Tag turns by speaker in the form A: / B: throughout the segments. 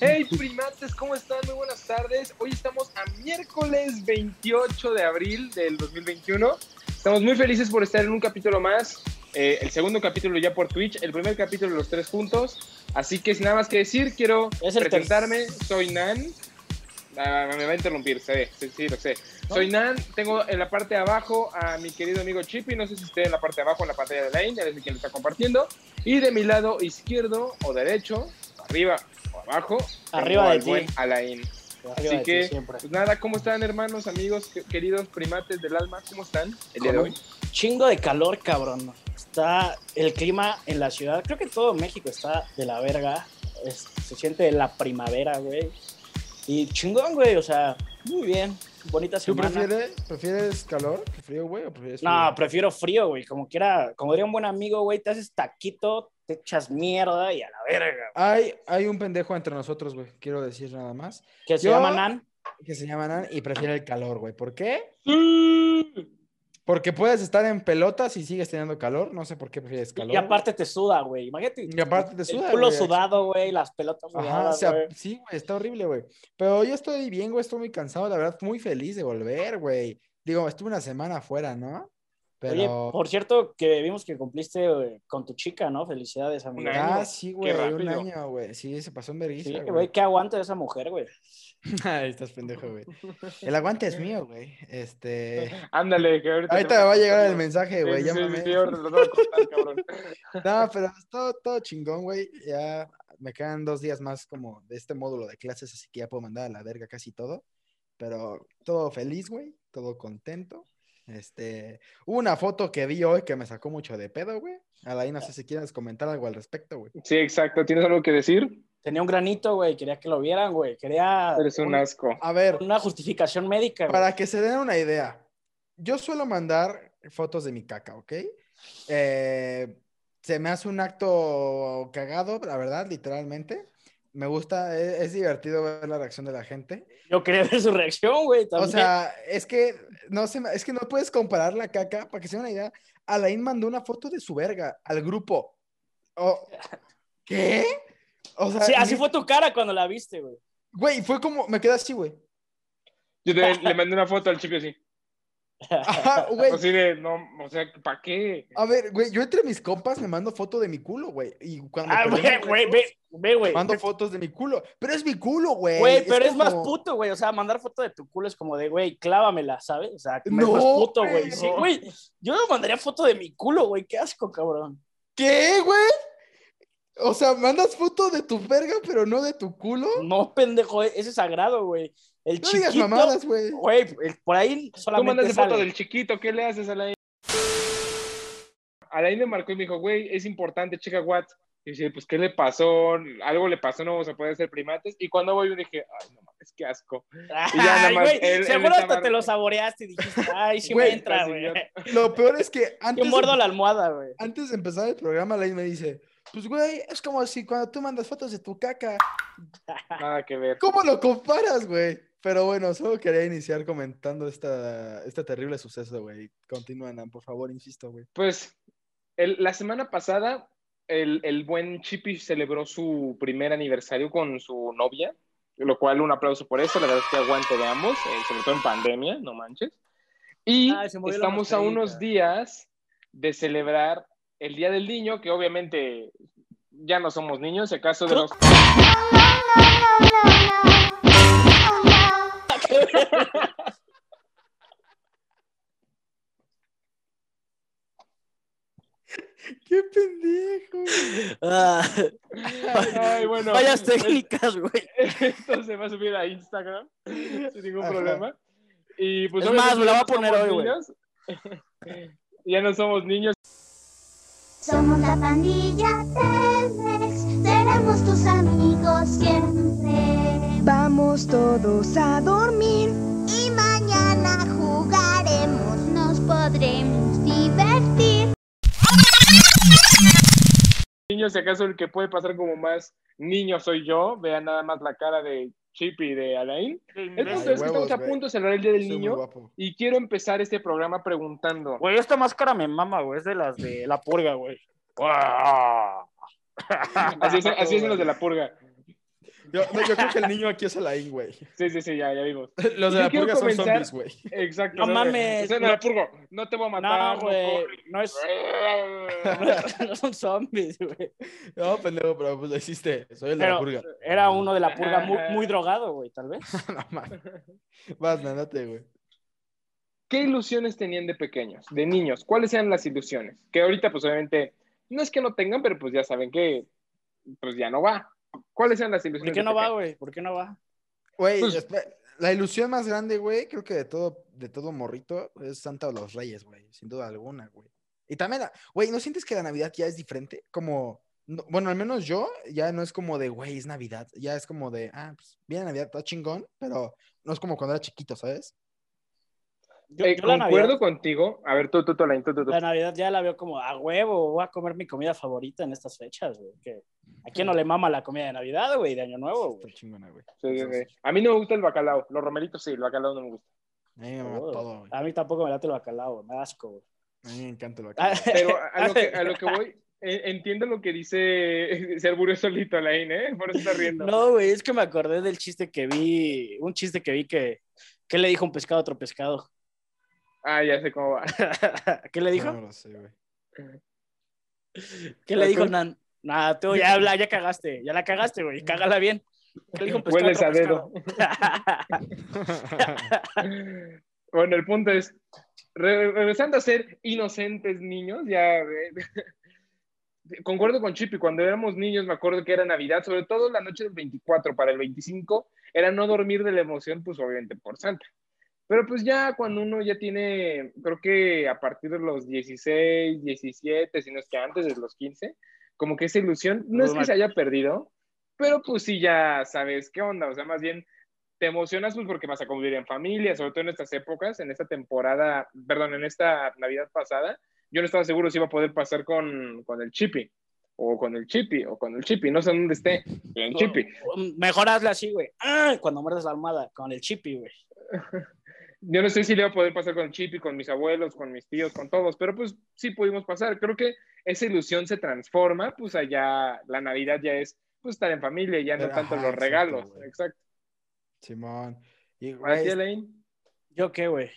A: Hey primates, ¿cómo están? Muy buenas tardes. Hoy estamos a miércoles 28 de abril del 2021. Estamos muy felices por estar en un capítulo más. eh, el segundo capítulo ya por Twitch, el primer capítulo los tres juntos. Así que sin nada más que decir, quiero
B: Es el
A: presentarme. Soy Nan. Ah, me va a interrumpir, se ve, sí, sí, lo sé. Soy Nan, tengo en la parte de abajo a mi querido amigo Chippy, no sé si esté en la parte de abajo en la pantalla de Line, él es quien lo está compartiendo. Y de mi lado izquierdo o derecho, arriba o abajo,
B: Arriba
A: tengo
B: de
A: al
B: ti.
A: buen Alain.
B: Arriba de ti
A: que-
B: siempre.
A: Pues nada, ¿cómo están hermanos, amigos, que- queridos primates del alma? ¿Cómo están el día de
B: Con
A: hoy?
B: un chingo de calor, cabrón. Está el clima en la ciudad. Creo que todo México está de la verga. Es- se siente la primavera, güey. Y chingón, güey. O sea, muy bien. Bonita
C: ¿Tú
B: semana.
C: prefieres, prefieres calor que frío, güey? ¿O prefieres
B: No, prefiero frío, güey. Como quiera, como diría un buen amigo, güey, te haces taquito, te echas mierda y a la verga.
C: hay, hay un pendejo entre nosotros, güey. Quiero decir nada más.
B: Que se
C: Yo-
B: llama Nan.
C: Que se llama Nan y prefiere el calor, güey. ¿Por qué? Porque puedes estar en pelotas y sigues teniendo calor. No sé por qué prefieres calor.
B: Y aparte te suda, güey. Imagínate.
C: Y aparte te suda,
B: El culo
C: güey.
B: sudado, güey, las pelotas
C: Ajá,
B: sudadas,
C: o sea,
B: güey.
C: sí, güey, está horrible, güey. Pero yo estoy bien, güey, estoy muy cansado, la verdad, muy feliz de volver, güey. Digo, estuve una semana afuera, ¿no? Pero...
B: Oye, por cierto, que vimos que cumpliste eh, con tu chica, ¿no? Felicidades, amigo.
A: Un año.
C: Ah, sí, güey, un
A: rápido.
C: año, güey. Sí, se pasó en vergüenza,
B: Sí, güey, qué aguante de esa mujer, güey.
C: Ay, estás pendejo, güey. El aguante es mío, güey. Este.
A: Ándale, que ahorita...
C: Ahorita me va a llegar el mensaje,
A: Sí,
C: güey.
A: sí,
C: ya
A: sí,
C: mamé.
A: sí, ahorita lo tengo que cortar, cabrón.
C: No, pero es todo, todo chingón, güey. Ya me quedan dos días más como de este módulo de clases, así que ya puedo mandar a la verga casi todo. Pero todo feliz, güey. Todo contento. Este. Hubo una foto que vi hoy que me sacó mucho de pedo, güey. Alain, no sé si quieres comentar algo al respecto, güey.
A: Sí, exacto. ¿Tienes algo que decir?
B: Tenía un granito, güey, quería que lo vieran, güey.
C: Ah,
B: Quería
A: Eres un
B: una,
A: asco.
C: A ver,
B: una justificación médica, güey.
C: Para que se den una idea, yo suelo mandar fotos de mi caca, ¿ok? Eh, se me hace un acto cagado, la verdad, literalmente. Me gusta, e- es, divertido ver la reacción de la gente.
B: Yo quería ver su reacción, güey, también.
C: O sea, es que no se me- es que no puedes comparar la caca, para que se den una idea. Alain mandó una foto de su verga al grupo. O- ¿Qué? O sea,
B: Sí, así
C: ni-
B: fue tu cara cuando la viste, güey.
C: Güey, fue como, me quedé así, güey.
A: Yo te- le mandé una foto al chico así.
B: Ah,
C: Ajá,
B: Pues,
C: güey.
A: Así de, no, o sea, ¿para qué?
C: A ver, güey, yo entre mis compas me mando foto de mi culo, güey. Y cuando
B: Ah,
C: perdemos
B: güey, güey,
C: retos,
B: ve, ve, güey.
C: mando fotos de mi culo. Pero es mi culo, güey.
B: Güey, pero es,
C: como-
B: más puto, güey. O sea, mandar foto de tu culo es como de, güey, clávamela, ¿sabes? O sea,
C: No,
B: es más puto, güey.
C: güey,
B: Sí,
A: no.
B: güey. Yo no mandaría foto de mi culo, güey. Qué asco, cabrón.
C: ¿Qué, güey? O sea, mandas foto de tu verga, pero no de tu culo.
B: No, pendejo, e-, ese es sagrado, güey. El
C: No digas
B: chiquito,
C: mamadas, güey.
B: güey, el- por ahí
A: Tú
B: solamente
A: mandas
B: sale.
A: foto del chiquito, ¿qué le haces a Alain? Alain me marcó y me dijo, güey, es importante, chica, what? Y yo dije, pues, ¿qué le pasó? Algo le pasó, no vamos a poder ser primates. Y cuando voy, yo dije, ay, no mames, qué asco. Y ya nada
B: Ay,
A: más,
B: güey,
A: él- él
B: seguro
A: está
B: hasta te
A: mar-
B: lo saboreaste y dijiste, ay, sí
C: Güey,
B: me entra,
A: casi
B: güey.
A: yo-
C: Lo peor es que antes,
B: Yo
C: de-
B: muerdo la almohada, güey.
C: antes de empezar el programa, Lain me dice, pues, güey, es como si cuando tú mandas fotos de tu caca.
A: Nada que ver.
C: ¿Cómo lo comparas, güey? Pero bueno, solo quería iniciar comentando esta, este terrible suceso, güey. Continúan, por favor, insisto, güey.
A: Pues el- la semana pasada el, el buen Chippy celebró su primer aniversario con su novia, lo cual un aplauso por eso, la verdad es que aguante de ambos, eh, sobre todo en pandemia, no manches. Y
B: Ay, se movió la
A: estamos a
B: mascarita.
A: unos días de celebrar el Día del Niño, que obviamente ya no somos niños, si acaso de
B: Creo-
A: los...
C: ¡Qué pendejo!
B: Ah,
A: Ay, bueno,
B: Fallas técnicas, güey.
A: esto se va a subir a Instagram sin ningún
C: Ajá.
A: problema. Y pues
B: Es más,
A: obviamente
B: me la
A: ya
B: voy a
A: no
B: poner
A: somos
B: hoy, güey.
A: niños. ya no somos niños.
D: Somos la pandilla Telmex, seremos tus amigos siempre.
E: Vamos todos a dormir.
D: Y mañana jugaremos, nos podremos divertir.
A: niños, si acaso el que puede pasar como más niño soy yo, vean nada más la cara de Chip y de Alain.
B: Mm.
A: El punto
C: Ay,
A: es que
C: huevos,
A: estamos a
C: güey.
A: punto de celebrar el Día del
C: Soy muy
A: Niño
C: guapo.
A: y quiero empezar este programa preguntando, Ah,
B: Güey, esta máscara me mama, güey. Es de las de la purga, güey.
A: Así, es- así hacen los de la purga.
C: Yo, no, yo creo que el niño aquí es Alain, güey.
A: Sí, sí, sí, ya, ya vimos.
C: Los de
A: Yo
C: la
A: quiero
C: purga son
A: comenzar-
C: zombies, güey.
A: Exacto.
B: No mames,
A: Ese No,
B: no.
A: la purgo. No te voy a matar.
B: No, güey. No es. No son zombies, güey.
C: No, pendejo, pero pues lo hiciste. Soy el de la
B: Pero-
C: purga.
B: Era uno de la purga muy, muy drogado, güey, tal vez.
C: No mames. Vas, mandate, güey.
A: ¿Qué ilusiones tenían de pequeños, de niños? ¿Cuáles eran las ilusiones? Que ahorita, pues obviamente, no es que no tengan, pero pues ya saben que pues ya no va. ¿Cuáles eran las ilusiones?
B: ¿Por qué
A: de
B: no va,
A: pequeños?
B: güey? ¿Por qué no va?
C: Güey,
A: Pues-
C: espe- la ilusión más grande, güey, creo que de todo, de todo morrito es Santa o los Reyes, güey, sin duda alguna, güey. Y también, la- güey, ¿no sientes que la Navidad ya es diferente? Como, no- bueno, al menos yo ya no es como de, güey, es Navidad, ya es como de, ah, pues viene Navidad, está chingón, pero no es como cuando era chiquito, ¿sabes?
B: Yo,
A: Eh,
B: yo la,
A: concuerdo
B: Navidad,
A: contigo. A ver, tú, tú, tú, Alain, tú, tú, tú.
B: la Navidad ya la veo como a huevo, voy a comer mi comida favorita en estas fechas, güey. que- ¿A quién no le mama la comida de Navidad, güey? De Año Nuevo,
C: Está
B: güey.
C: chingona, güey.
A: Sí, sí,
C: Entonces,
A: sí. A mí no me gusta el bacalao. Los romeritos sí, el bacalao no me gusta.
C: A mí me mama
B: Oh,
C: todo, güey.
B: A mí tampoco me late el bacalao, me da asco, güey.
C: A mí me encanta el
B: Ah,
C: bacalao.
A: Pero a- a lo que, a lo que voy, eh, entiendo lo que dice Serburio solito, Alain, ¿eh? Por eso está riendo.
B: No, güey, es que me acordé del chiste que vi, un chiste que vi que, ¿qué le dijo un pescado a otro pescado?
A: Ah, ya sé cómo va.
B: ¿Qué le
A: Ah,
B: dijo?
C: No lo sé, güey.
B: ¿Qué le dijo
A: Ujú.
B: Nan? Nada, tú ya habla, ya cagaste, ya la cagaste, güey, cágala bien. ¿Qué le dijo un pescado
A: Ah. Hueles
B: a
A: a dedo.
B: otro pescado?
A: Bueno, el punto es, re- regresando a ser inocentes niños, ya... eh, Concuerdo con Chippy, cuando éramos niños me acuerdo que era Navidad, sobre todo la noche del 24 para el 25, era no dormir de la emoción, pues obviamente por Santa. Pero pues ya cuando uno ya tiene, creo que a partir de los 16, 17, si no es que antes de los 15, como que esa ilusión no es que se haya perdido, pero pues sí ya sabes qué onda, o sea, más bien te emocionas pues porque vas a convivir en familia, sobre todo en estas épocas, en esta temporada, perdón, en esta Navidad pasada, yo no estaba seguro si iba a poder pasar con, con el Chippy, o con el Chippy, o con el Chippy, no sé dónde esté, pero el Chippy.
B: Mejor hazle así, güey. Ah, Cuando muerdes la almohada, con el chipi, güey.
A: Yo no sé si le iba a poder pasar con el Chippy, con mis abuelos, con mis tíos, con todos, pero pues sí pudimos pasar. Creo que esa ilusión se transforma, pues allá la Navidad ya es pues estar en familia, ya no
C: Pero,
A: tanto
C: ajá,
A: los
C: exacto,
A: regalos.
C: güey.
A: Exacto.
C: Simón. Y,
A: Ahora
C: güey,
A: sí, Elaine,
B: ¿Yo qué, güey?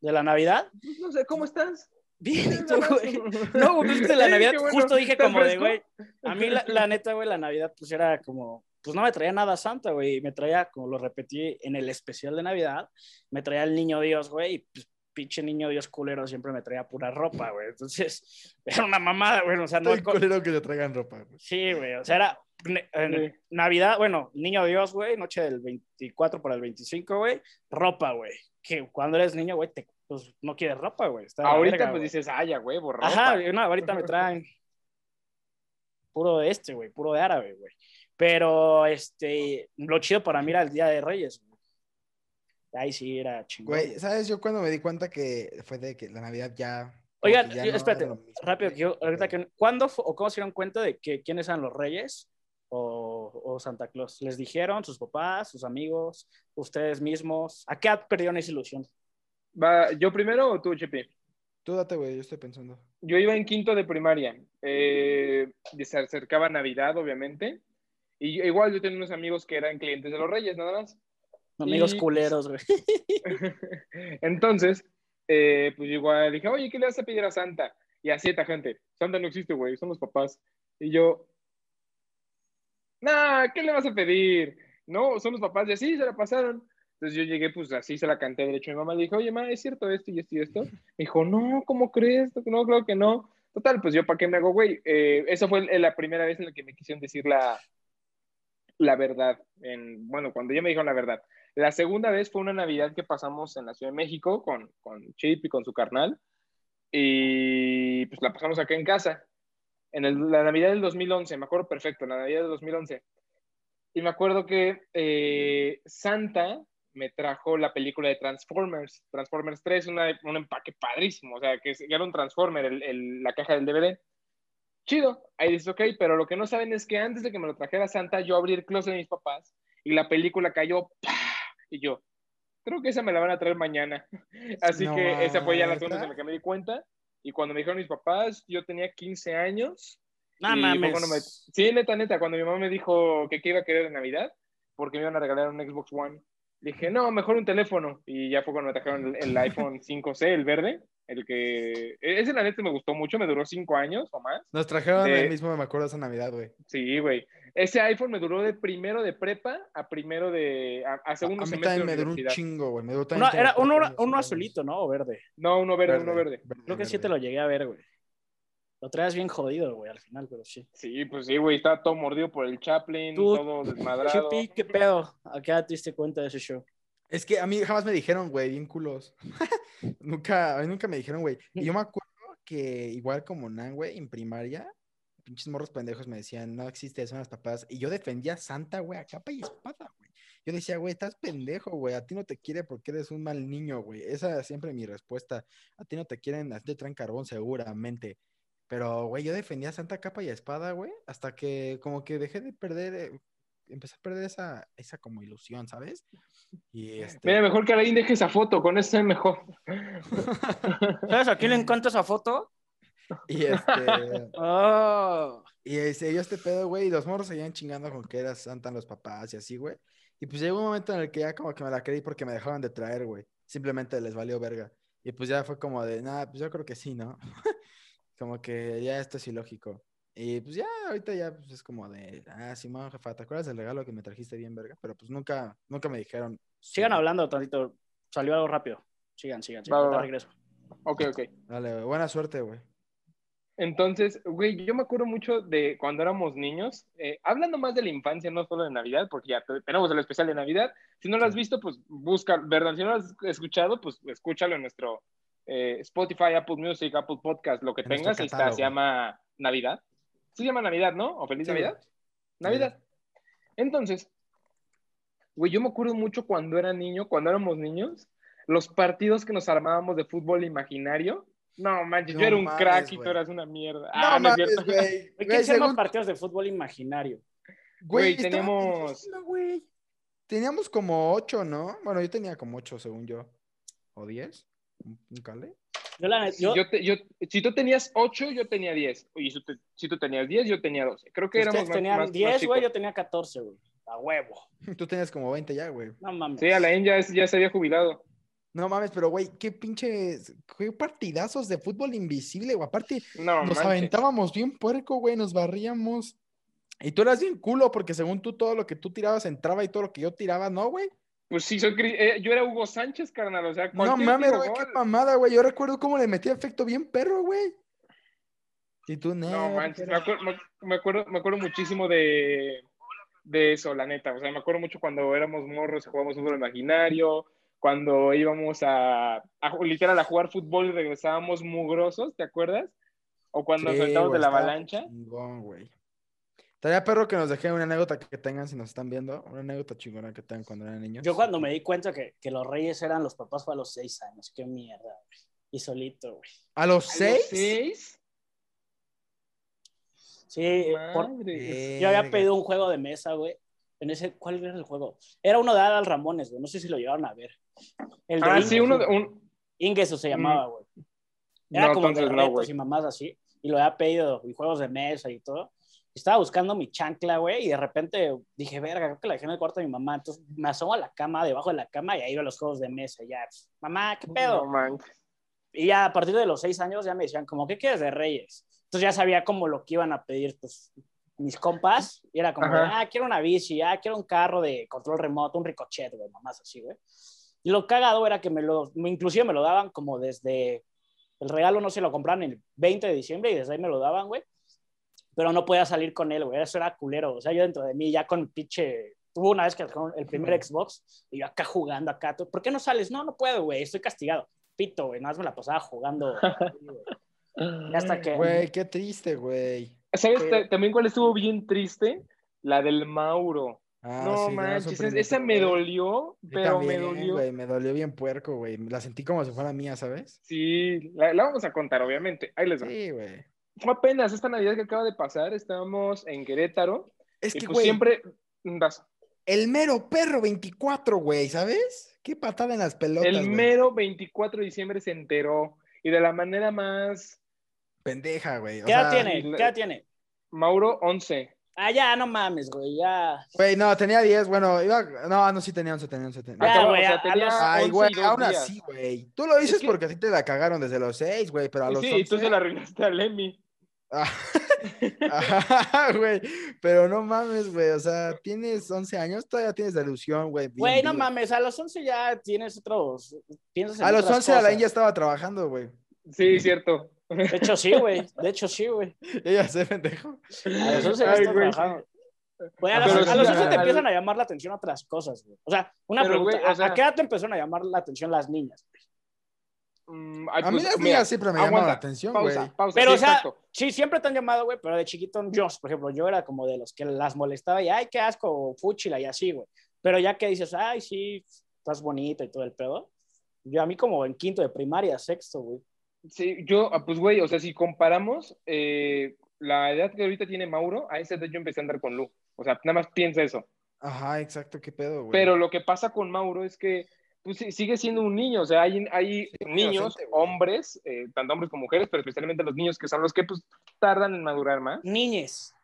B: ¿De la Navidad?
A: pues, no sé, ¿cómo estás?
B: Bien, ¿y
A: Nada
B: tú,
A: más.
B: güey? No, güey, pues, de la
A: Ey,
B: Navidad
A: qué bueno,
B: justo dije
A: ¿estás
B: como de,
A: fresco?
B: güey, a mí la, la neta, güey, la Navidad pues era como, pues no me traía nada santa, güey, me traía, como lo repetí en el especial de Navidad, me traía el niño Dios, güey, y pues pinche niño Dios culero siempre me traía pura ropa, güey, entonces era una mamada, güey, o sea, no...
C: estoy culero que te traigan ropa, güey.
B: Sí, güey, o sea, era ne- en Navidad, bueno, niño Dios, güey, noche del 24 para el 25, güey, ropa, güey, que cuando eres niño, güey, te- pues no quieres ropa, güey. está de la
A: Ahorita
B: verga,
A: pues
B: güey.
A: dices, ay, ya, güey, borrado.
B: Ajá, no, ahorita me traen puro de este, güey, puro de árabe, güey. Pero este, lo chido para mí era el Día de Reyes, güey. Ahí sí era chingón.
C: Güey, ¿sabes? Yo cuando me di cuenta que fue de que la Navidad ya. como
B: Oigan,
C: que ya
B: yo-
C: no
B: espérate,
C: era lo mismo,
B: rápido,
C: güey.
B: que yo, ahorita
C: Pero-
B: que, ¿cuándo fu- o cómo se dieron cuenta de que quiénes eran los Reyes o, o Santa Claus? ¿Les dijeron sus papás, sus amigos, ustedes mismos? ¿A qué edad perdieron esa ilusión?
A: Va, ¿Yo primero o tú, Chippy?
C: Tú date, güey, yo estoy pensando.
A: Yo iba en quinto de primaria. eh, y se acercaba Navidad, obviamente. Y yo- igual yo tenía unos amigos que eran clientes de los Reyes, nada más.
B: Amigos
A: Y-
B: culeros, güey.
A: Entonces, eh, pues yo igual dije, oye, ¿qué le vas a pedir a Santa? Y así esta gente, Santa no existe, güey, son los papás. Y yo, nah, ¿qué le vas a pedir? No, son los papás, y así se la pasaron. Entonces yo llegué, pues así se la canté derecho a mi mamá, le dije, oye, ma, ¿es cierto esto y esto y esto? Me dijo, no, ¿cómo crees? No, creo que no. Total, pues yo, ¿para qué me hago, güey? Eh, esa fue el- la primera vez en la que me quisieron decir la, la verdad. En, bueno, cuando ya me dijeron la verdad. La segunda vez fue una Navidad que pasamos en la Ciudad de México con, con Chip y con su carnal. Y pues la pasamos acá en casa. En el- la Navidad del 2011, me acuerdo perfecto, la Navidad del 2011. Y me acuerdo que eh, Santa me trajo la película de Transformers, Transformers 3, una- un empaque padrísimo, o sea, que es- era un Transformer, el- el- la caja del DVD. Chido, ahí dices, ok, pero lo que no saben es que antes de que me lo trajera Santa, yo abrí el closet de mis papás y la película cayó y yo, creo que esa me la van a traer mañana. Así
C: No,
A: que esa fue ya la segunda
C: ¿neta?
A: en la que me di cuenta. Y cuando me dijeron mis papás, yo tenía 15 años
B: No
A: Y
B: mames.
A: poco no me- Sí, neta, neta, cuando mi mamá me dijo que qué iba a querer de Navidad, porque me iban a regalar un Xbox One, dije, no, mejor un teléfono. Y ya fue cuando me trajeron el, el iPhone 5C, el verde, el que... Ese la neta me gustó mucho, me duró cinco años o más.
C: Nos trajeron
A: De-
C: el mismo, me acuerdo, esa Navidad, güey.
A: Sí, güey. Ese iPhone me duró de primero de prepa a primero de... a, a
C: A, a
A: segundo
C: mí
A: semestre
C: también
A: de
C: me duró un
A: universidad.
C: chingo, güey. Me duró también
B: Uno-
C: como
B: era
C: cuatro
B: uno,
C: años,
B: uno
C: cinco
B: azulito, ¿no? O verde.
A: No, uno verde, uno verde.
B: Creo que sí
C: verde.
B: te lo llegué a ver, güey. Lo traes bien jodido, güey, al final, pero sí.
A: Sí, pues sí, güey, estaba todo mordido por el Chaplin,
B: Tú-
A: todo desmadrado.
B: Chupi, qué pedo. Acá te diste cuenta de ese show.
C: Es que a mí jamás me dijeron, güey, bien culos. nunca, a mí nunca me dijeron, güey. Y yo me acuerdo que igual como Nan, güey, en primaria, pinches morros pendejos me decían, no existe, son las papadas. Y yo defendía a Santa, güey, a capa y espada, güey. Yo decía, güey, estás pendejo, güey. A ti no te quiere porque eres un mal niño, güey. Esa es siempre mi respuesta. A ti no te quieren, a ti te traen carbón seguramente. Pero, güey, yo defendía a Santa capa y espada, güey, hasta que como que dejé de perder, eh, empecé a perder esa, esa como ilusión, ¿sabes? Y este...
A: Mira, mejor que Alain deje esa foto, con eso es mejor.
B: ¿Sabes a quién le encuentro esa foto?
C: Y este,
B: Oh.
C: y eh, se dio este pedo, güey, y los morros seguían chingando con que era Santa los papás y así, güey. Y pues llegó un momento en el que ya como que me la creí porque me dejaron de traer, güey. Simplemente les valió verga. Y pues ya fue como de, nada, pues yo creo que sí, ¿no? como que ya esto es ilógico. Y pues ya, ahorita ya pues es como de, ah, Simón, jefa, ¿te acuerdas del regalo que me trajiste bien, verga? Pero pues nunca, nunca me dijeron.
B: Sigan hablando tantito. Salió algo rápido. Sigan, sigan, sigan.
A: Va, va,
B: Ahorita
A: va.
B: regreso.
A: Ok, ok.
C: Dale, güey, buena suerte, güey.
A: Entonces, güey, yo me acuerdo mucho de cuando éramos niños, eh, hablando más de la infancia, no solo de Navidad, porque ya te- tenemos el especial de Navidad. Si no lo has visto, pues busca, perdón, si no lo has escuchado, pues escúchalo en nuestro eh, Spotify, Apple Music, Apple Podcast, lo que
C: En nuestro
A: tengas. Ahí está,
C: catálogo.
A: se llama Navidad. Se llama Navidad, ¿no? ¿O Feliz
C: Sí,
A: Navidad?
C: güey.
A: Navidad. Entonces, güey, yo me acuerdo mucho cuando era niño, cuando éramos niños, los partidos que nos armábamos de fútbol imaginario. No, manches,
C: No
A: yo era un
C: mames,
A: crack y
C: güey.
A: tú eras una mierda.
C: No
A: ah, no es
C: mames,
A: cierto.
C: güey.
B: Güey,
C: Güey,
B: ¿Quién se llama
C: según-
B: partidos de fútbol imaginario?
A: Güey,
C: estaba
A: teníamos-
C: pensando, güey. Teníamos como ocho, ¿no? Bueno, yo tenía como ocho, según yo. ¿O diez? ¿Un un cale?
B: Yo, la net-
A: Si,
B: yo,
A: yo te- yo- si tú tenías 8, yo tenía 10. Y si, tú- si tú tenías 10, yo tenía 12. Creo que
B: ustedes
A: éramos más,
B: tenían
A: más- más
B: 10,
A: chicos.
B: güey, yo tenía 14, güey. A huevo.
C: Tú tenías como veinte ya, güey.
B: No mames.
A: Sí, Alain ya, es- ya se había jubilado.
C: No mames, pero güey, qué pinches, qué partidazos de fútbol invisible, güey. Aparte,
A: No,
C: nos
A: manches.
C: aventábamos bien puerco, güey, nos barríamos. Y tú eras bien culo, porque según tú, todo lo que tú tirabas entraba y todo lo que yo tiraba, ¿no, güey?
A: Pues sí, soy Cri- eh, yo era Hugo Sánchez, carnal. O sea,
C: No
A: cualquier
C: mames,
A: tiro
C: güey, qué
A: gol.
C: mamada, güey. Yo recuerdo cómo le metí efecto bien perro, güey. Y tú,
A: No
C: "Nah,
A: manches, me
C: Eh, pero-
A: acuerdo, me, me acuerdo, me acuerdo muchísimo de, de eso, la neta. O sea, me acuerdo mucho cuando éramos morros y jugábamos fútbol imaginario, cuando íbamos a, a ju- literal a jugar fútbol y regresábamos mugrosos, ¿te acuerdas? O cuando nos
C: Sí,
A: saltamos de
C: güey,
A: la
C: estaba
A: avalancha.
C: Chingón, güey. Estaría perro que nos dejen una anécdota que tengan si nos están viendo. Una anécdota chingona que tengan cuando eran niños.
B: Yo cuando me di cuenta que, que los reyes eran los papás fue a los 6 años. Qué mierda, güey. Y solito, güey.
C: ¿A los
A: ¿A los
C: seis?
A: ¿Seis?
B: Sí, eh, por-
A: Madre.
B: yo había
C: Verga.
B: pedido un juego de mesa, güey. En ese, ¿cuál era el juego? Era uno de Adal Ramones, güey. No sé si lo llegaron a ver. El de
A: Ah, sí,
B: Ingesu.
A: uno de un. Mm.
B: Ingesu se llamaba, güey. Era
A: No,
B: como
A: entonces
B: de
A: no,
B: retos y
A: güey.
B: mamás así. Y lo había pedido, y juegos de mesa y todo. Y Estaba buscando mi chancla, güey, y de repente dije, verga, creo que la dejé en el cuarto de mi mamá. Entonces me asomo a la cama, debajo de la cama, y ahí veo los juegos de mesa. Y ya, mamá, ¿qué pedo?
A: No manches.
B: Y ya a partir de los seis años ya me decían, como, ¿qué quieres de Reyes? Entonces ya sabía como lo que iban a pedir pues, mis compas. Y era como,
A: Ajá.
B: ah, quiero una bici, ah, quiero un carro de control remoto, un ricochet, güey, mamás así, güey. Y lo cagado era que me lo, me- inclusive me lo daban como desde, el regalo no se lo compraron el 20 de diciembre y desde ahí me lo daban, güey. Pero no podía salir con él, güey, eso era culero. O sea, yo dentro de mí ya con pinche... Tuve una vez que con el primer Xbox y yo acá jugando acá. todo, ¿Por qué no sales? No, no puedo, güey, estoy castigado pito, güey. Nada más me la pasaba jugando. güey. Y hasta que.
C: Güey, qué triste, güey.
A: ¿Sabes ta- también cuál estuvo bien triste? La del Mauro.
C: Ah,
A: no
C: sí,
A: manches,
C: son
A: es- esa me
C: primitos, güey.
A: dolió,
C: Yo
A: pero me
C: también,
A: dolió.
C: güey, me dolió bien puerco, güey. La sentí como si fuera mía, ¿sabes?
A: Sí, la, la vamos a contar, obviamente. Ahí les va.
C: Sí, güey.
A: Fue apenas esta Navidad que acaba de pasar, estábamos en Querétaro.
C: Es
A: y
C: que,
A: pues
C: güey,
A: siempre vas,
C: el mero perro 24, güey, ¿sabes? Qué patada en las pelotas,
A: el
C: güey.
A: mero 24 de diciembre se enteró. Y de la manera más.
C: Pendeja, güey. o
B: ¿Qué edad
C: sea,
B: tiene?
A: la-
B: ¿Qué edad tiene?
A: Mauro, 11.
B: Ah, ya, no mames, güey, ya.
C: Güey, no, tenía 10. Bueno, iba. No, no, sí tenía 11, tenía 11. Tenía.
B: Ya,
A: Acaba-
B: güey,
A: o sea,
B: a-
A: tenías
B: a los-
C: Ay,
A: 11 y
C: güey,
A: dos
C: aún
A: días.
C: así, güey. Tú lo dices
A: que-
C: porque a ti te la cagaron desde los 6, güey, pero a los
A: Sí, y tú
C: 11.
A: se la arruinaste a Lemmy.
C: Ajá, güey. Pero no mames, güey. O sea, tienes 11 años, todavía tienes delusión, güey. bien
B: Güey, no
C: viva.
B: mames, a los 11 ya tienes otros. Piensas en
C: A los
B: otras
C: 11 Alain
B: cosas.
C: ya estaba trabajando, güey.
A: Sí, cierto.
B: De hecho, sí, güey. De hecho, sí, güey.
C: Ella se pendejo.
B: A los 11 ya
A: Ay,
B: estás
A: güey.
B: trabajando. Güey, a, los,
C: Ah, Pero
B: a
C: sí,
B: los
C: ya,
B: 11 te
C: al-
B: empiezan a llamar la atención otras cosas, güey. O sea, una
A: Pero,
B: pregunta.
A: güey, o
B: ¿a- ¿A
A: sea-
B: qué edad te empezaron a llamar la atención las niñas?
A: Mm, ay,
C: A mí
A: pues,
C: las
A: mira,
C: niñas siempre me llamaron
A: aguanta,
C: la atención, güey.
A: Pausa, pausa.
B: Pero,
A: sí,
B: o sea,
A: exacto.
B: Sí, siempre te han llamado, güey, pero de chiquito yo, por ejemplo, yo era como de los que las molestaba y, ay, qué asco, fúchila y así, güey. Pero ya que dices, ay, sí, estás bonita y todo el pedo. Yo a mí como en quinto de primaria, sexto, güey.
A: Sí, yo, ah, pues, güey, o sea, si comparamos eh, la edad que ahorita tiene Mauro, a esa edad yo empecé a andar con Lu. O sea, nada más piensa eso.
C: Ajá, exacto, qué pedo, güey.
A: Pero lo que pasa con Mauro es que pues, sí- sigue siendo un niño. O sea, hay, hay niños,
C: inocente, güey.
A: hombres, eh, tanto hombres como mujeres, pero especialmente los niños que son los que pues, tardan en madurar más.
B: Niñes.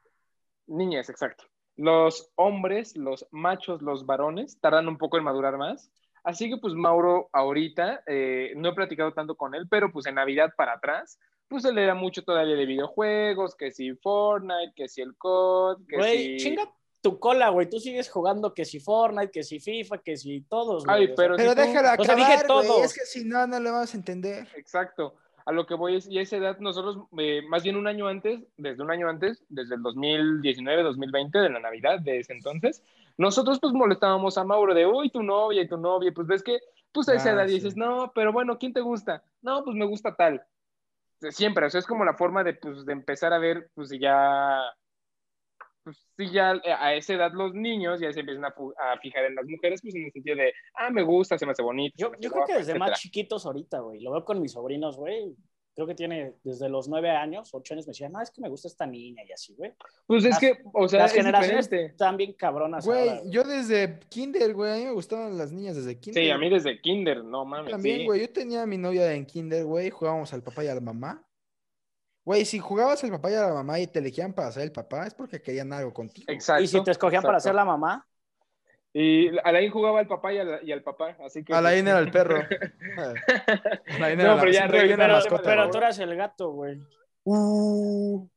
A: Niñas, exacto. Los hombres, los machos, los varones, tardan un poco en madurar más. Así que pues Mauro ahorita, eh, no he platicado tanto con él, pero pues en Navidad para atrás, pues él era mucho todavía de videojuegos, que si Fortnite, que si el COD, que
B: Güey,
A: si...
B: chinga tu cola, güey. Tú sigues jugando que si Fortnite, que si FIFA, que si todos, güey.
A: Ay,
B: O sea,
A: pero,
C: Pero
A: si tú-
C: déjala
B: O sea, dije
C: acabar, güey.
B: todo.
C: Es que si no, no lo vamos a entender.
A: Exacto. A lo que voy es, y a esa edad nosotros, eh, más bien un año antes, desde un año antes, desde el 2019, 2020, de la Navidad de ese entonces, nosotros pues molestábamos a Mauro de, uy, tu novia y tu novia, pues ves que, pues a esa
C: Ah,
A: edad
C: sí.
A: dices, no, pero bueno, ¿quién te gusta? No, pues me gusta tal. Siempre, o sea, es como la forma de, pues, de empezar a ver, pues si ya, pues si ya eh, a esa edad los niños ya se empiezan a, fu- a fijar en las mujeres, pues en el sentido de, ah, me gusta, se me hace bonito. se
B: Yo,
A: me hace
B: yo creo que
A: guapa,
B: desde
A: etcétera.
B: más chiquitos ahorita, güey. Lo veo con mis sobrinos, güey. Creo que tiene desde los nueve años, ocho años, me decían, no, es que me gusta esta niña y así, güey.
A: Pues es
B: Las-
A: que, o sea,
B: Las
A: es
B: generaciones
A: diferente.
B: están bien cabronas. ahora,
C: Güey,
B: güey.
C: yo desde kinder, güey, a mí me gustaban las niñas desde kinder.
A: Sí, a mí desde kinder, no mames.
C: También,
A: sí.
C: güey, yo tenía a mi novia en kinder, güey, jugábamos al papá y a la mamá. Güey, si jugabas al papá y a la mamá y te elegían para ser el papá, es porque querían algo contigo.
A: Exacto.
B: y si te escogían para ser
A: exacto.
B: la mamá,
A: Y Alain jugaba al papá y al, y al papá, así que...
C: Alain era el perro. Alain era
A: No,
C: la-
A: pero ya
C: siempre
A: regresando
C: viene la
A: al
B: pero,
A: tema
C: mascota,
A: de la
B: pero
C: güey.
B: tú eras el gato, güey.
C: Uh,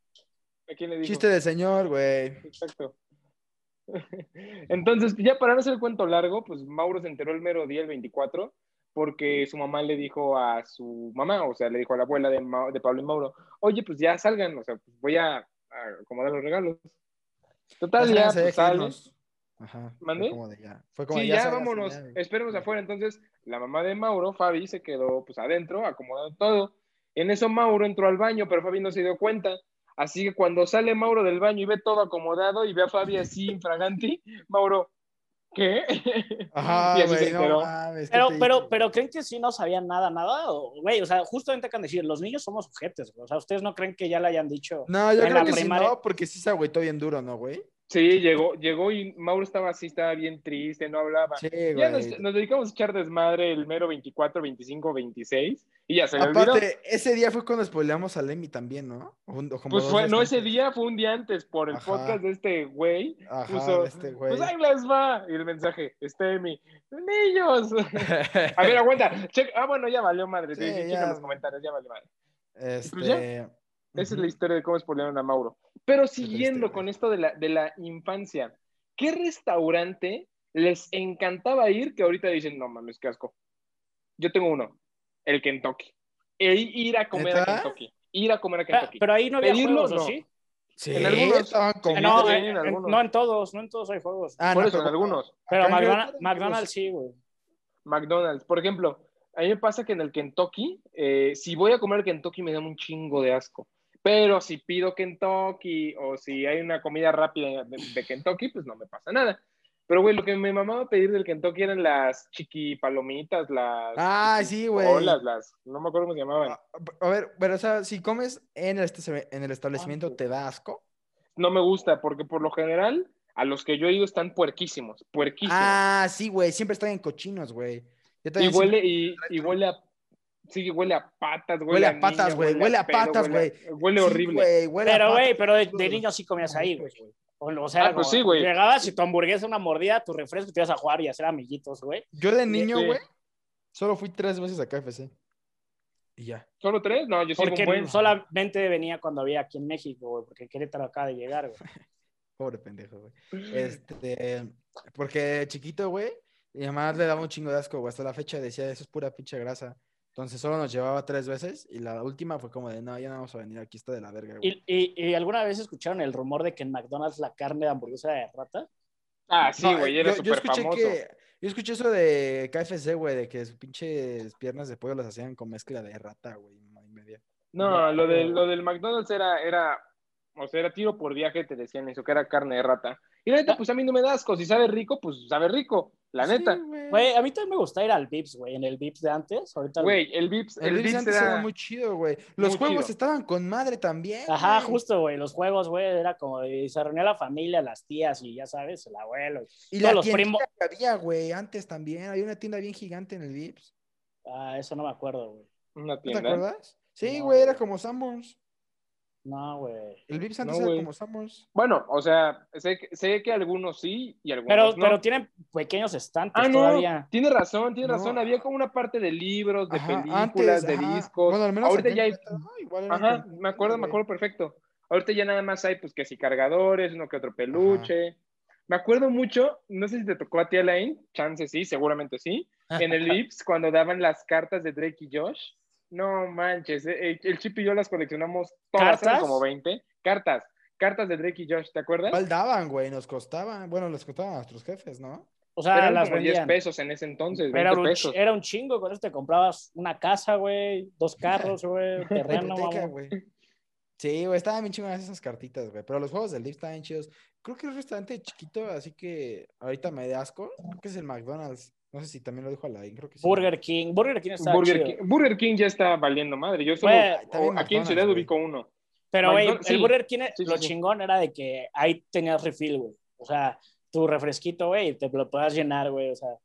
A: ¿A quién le dijo?
C: chiste de señor, güey.
A: Exacto. Entonces, ya para no hacer el cuento largo, pues Mauro se enteró el mero día, el 24, porque su mamá le dijo a su mamá, o sea, le dijo a la abuela de, Mau- de Pablo y Mauro, oye, pues ya salgan, o sea, pues voy a, a acomodar los regalos. Total, ya,
C: Ya se
A: pues,
C: deja
A: salen.
C: irnos. Ajá.
A: ¿Mande?
C: Fue como de ya. Fue como
A: Sí,
C: de
A: ya,
C: salgas,
A: vámonos,
C: ya, güey.
A: esperemos afuera. Entonces, la mamá de Mauro, Fabi, se quedó pues adentro, acomodando todo. En eso Mauro entró al baño, pero Fabi no se dio cuenta. Así que cuando sale Mauro del baño y ve todo acomodado y ve a Fabi así infraganti, Mauro, ¿qué? Y
C: Ajá,
A: así Eh, se
C: güey, no
A: enteró.
C: mames. ¿qué
B: Pero,
C: te
B: pero,
C: dije?
B: pero, ¿creen que sí no sabían nada, nada? O, Güey, o sea, justamente acaban de decir, los niños somos sujetes, güey. O sea, ¿ustedes no creen que ya le hayan dicho?
A: Mm.
C: No, yo
B: en la
C: creo que sí
B: primaria-
C: no, porque sí se agüitó bien duro, ¿no, güey?
A: Sí, llegó, llegó y Mauro estaba así, estaba bien triste, no hablaba.
C: Sí,
A: ya
C: güey.
A: nos, nos dedicamos a echar desmadre el mero 24, 25, 26 y ya se le olvidó.
C: Aparte, ese día fue cuando spoileamos a Lemmy también, ¿no? O un- o como
A: Pues
C: dos
A: fue,
C: días
A: no ese
C: antes.
A: día, fue un día antes por el
C: Ajá.
A: podcast de este güey.
C: Ajá,
A: puso,
C: este güey.
A: Pues ahí les va. Y el mensaje, Stemi, niños. A ver, aguanta. Checa- Ah, bueno, ya valió madre.
C: Sí,
A: Sí,
C: ya.
A: checa los comentarios, ya valió madre.
C: Este,
A: pues ya. Esa es la historia de cómo spoilearon a Mauro. Pero siguiendo
C: triste,
A: con
C: güey.
A: esto de la, de la infancia, ¿qué restaurante les encantaba ir que ahorita dicen, no mames, qué asco? Yo tengo uno, el Kentucky. E ir a comer a
C: ¿Neta? Ah,
A: Kentucky. Ir a comer a
B: Pero,
A: Kentucky.
B: pero ahí no había
A: Pedirlo,
B: juegos, ¿o
A: no.
B: sí?
C: Sí,
A: en algunos-
C: estaban
A: en
C: comiendo.
B: No,
A: sí,
B: eh,
A: en
B: eh,
A: algunos.
B: no en todos, no en todos hay juegos.
C: Ah,
A: Por
C: no,
A: eso, en
C: pero-
A: algunos.
B: pero
C: acá en
B: McDonald's,
C: Querétaro,
B: McDonald's sí, güey.
A: McDonald's, por ejemplo, a mí me pasa que en el Kentucky, eh, si voy a comer Kentucky me da un chingo de asco. Pero si pido Kentucky o si hay una comida rápida de, de Kentucky, pues no me pasa nada. Pero, güey, lo que me mamaba pedir del Kentucky eran las chiqui palomitas, las.
C: Ah, sí, güey. Ah.
A: chiquibolas, las. No me acuerdo cómo se llamaban.
C: A a ver, pero o sea, si comes en el, este- en el establecimiento,
A: Ah,
B: Antes.
C: ¿te da asco?
A: No me gusta, porque por lo general, a los que yo he ido están puerquísimos. Puerquísimos.
C: Ah, sí, güey, siempre están en cochinos, güey. Yo
A: y
C: también
A: huele, y, y huele a Sí, huele a patas, güey.
C: Huele a patas, güey, huele a patas, güey.
A: Huele
C: Sí,
A: horrible.
C: güey, huele a
B: Pero,
C: pata.
B: güey, pero de, de niño sí comías ahí, güey. O, o sea,
A: Ah,
B: era
A: pues
B: como-
A: sí, güey.
B: llegabas y tu hamburguesa, una mordida, tu refresco, te ibas a jugar y a hacer amiguitos, güey.
C: Yo de niño,
A: sí.
C: güey, solo fui tres veces a KFC. Y ya.
A: ¿Solo tres? No, yo sí
B: Porque
A: un buen.
B: solamente venía cuando había aquí en México, güey, porque Querétaro acaba de llegar, güey.
C: Pobre pendejo, güey. Este, porque chiquito, güey, mi mamá le daba un chingo de asco, güey. Hasta la fecha decía, eso es pura pinche grasa. Entonces solo nos llevaba tres veces y la última fue como de, no, ya no vamos a venir, aquí está de la verga, güey.
B: ¿Y, y, y alguna vez escucharon el rumor de que en McDonald's la carne de hamburguesa de rata?
A: Ah, sí,
C: No,
A: güey,
C: yo-
A: era
C: yo
A: súper
C: escuché
A: famoso.
C: que- Yo escuché eso de KFC, güey, de que sus pinches piernas de pollo las hacían con mezcla de rata, güey. mamá y media.
A: No, lo, del- lo del McDonald's era, era, o sea, era tiro por viaje, te decían eso, que era carne de rata. Y la
B: Ah.
A: neta, pues a mí no me da asco, si sabe rico, pues sabe rico, la
C: Sí,
A: neta.
B: Güey, a mí también me gusta ir al Vips, güey, en el Vips de antes, ahorita.
A: Güey, el Vips,
C: El,
A: el,
C: Vips
A: Vips
C: antes
A: era...
C: era muy chido, güey. Los
A: muy
C: juegos
A: chido.
C: estaban con madre también.
B: Ajá,
C: güey.
B: justo, güey, los juegos, güey, era como, de- se reunía la familia, las tías y ya sabes, el abuelo.
C: Y
B: todos
C: la
B: los
C: tiendita
B: primos-
C: que había, güey, antes también. Había una tienda bien gigante en el Vips.
B: Ah, eso no me acuerdo, güey.
A: Una
C: ¿No te
A: tienda.
C: acuerdas? Sí,
B: No,
C: güey, era
B: güey.
C: como Summers.
B: No, güey.
C: El Vips
A: No,
C: antes era
A: güey.
C: como Summers.
A: Bueno, o sea, sé, que- sé que algunos sí y algunos
B: Pero,
A: Pues no.
B: pero tienen pequeños estantes
A: ah, no,
B: todavía.
A: tiene razón, tiene
C: No.
A: razón. Había como una parte de libros, de
C: Ajá,
A: películas, de
C: ajá.
A: discos.
C: Bueno, al menos
A: Ahorita
C: acá en
A: ya hay-
C: Querétaro, ah, igual era
A: Ajá,
B: Este,
C: como-
A: me acuerdo, me
B: eh,
C: güey.
A: acuerdo perfecto. Ahorita ya nada más hay, pues, que si cargadores, uno que otro peluche. Me acuerdo mucho, no sé si te tocó a ti, Alain, chance sí, seguramente sí, en el Vips, cuando daban las cartas de Drake y Josh. No manches, eh, eh, el Chip y yo las coleccionamos todas, eran
B: ¿Cartas? Ah,
A: como 20. Cartas, cartas de Drake y Josh, ¿te acuerdas?
C: ¿Cuál daban, güey? Nos costaban. Bueno, les costaban a nuestros jefes, ¿no?
A: Pero
B: O sea,
A: eran
B: las
A: como 10
B: vendían.
A: pesos en ese entonces, 20
B: Era un,
A: pesos.
B: era un chingo, con eso te comprabas una casa, güey, dos carros, güey,
C: La
B: terreno,
C: hipoteca,
B: mamón.
C: güey. Sí, güey, estaban bien chingonas esas cartitas, güey. Pero los juegos del Vips estaban bien chidos. Creo que es un restaurante chiquito, así que ahorita me da asco. Creo que es el McDonald's. No sé si también lo dijo Alain, creo que sí.
B: Burger King, Burger King está
A: Burger
B: chido.
A: King, Burger King ya está valiendo madre. Yo solo
B: Güey,
C: también
A: o- aquí en
C: McDonald's,
A: Ciudad
C: güey.
A: ubico uno.
B: Pero, güey,
A: McDonald's,
B: el
A: sí.
B: Burger King,
A: Sí, sí,
B: lo
A: sí.
B: chingón era de que ahí tenías refill, güey. O sea, tu refresquito, güey, te lo podías llenar, güey, o sea.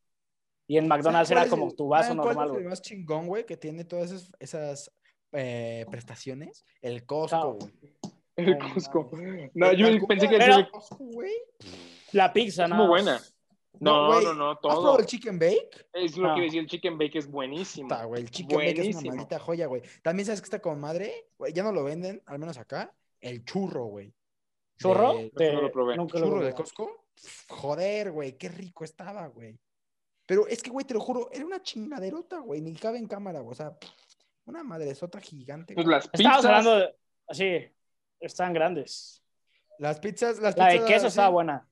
B: Y en McDonald's
C: ¿Saben
B: era
C: cuál es
B: como
C: el-
B: tu vaso
C: saben cuál
B: normal,
C: es el
B: güey.
C: más chingón, güey, que tiene todas esas, esas eh, prestaciones? El
B: Claro.
C: Costco, güey.
A: El
B: No,
A: Cusco.
C: mames.
A: No,
C: El
A: yo
C: Tacuba
A: pensé que
C: era
A: era
B: Pero-
A: el-
C: el Costco, güey.
B: La pizza,
A: Es
B: ¿no?
A: muy buena. No, no,
C: güey,
A: no,
C: ¿Has probado
A: todo.
C: el Chicken Bake?
A: Es lo
B: No.
A: que decía, el chicken bake es buenísimo.
C: Puta, güey. El Chicken Bake es una
A: Buenísimo.
C: maldita joya, güey. También sabes que está con madre, güey, ya no lo venden, al menos acá, el churro, güey.
B: ¿Churro?
C: De-
B: Te-
A: no lo probé.
B: nunca lo
C: churro
B: probé.
C: de Costco. Pff, Joder, güey, qué rico estaba, güey. Pero es que, güey, te lo juro, era una chingaderota, güey. Ni cabe en cámara, güey. O sea, pff, una madresota gigante,
A: Pues
C: güey.
A: las
B: Estabas
A: pizzas.
B: hablando de... Sí, están grandes.
C: Las pizzas, las
B: La
C: pizzas.
B: de queso
C: sí,
B: estaba buena.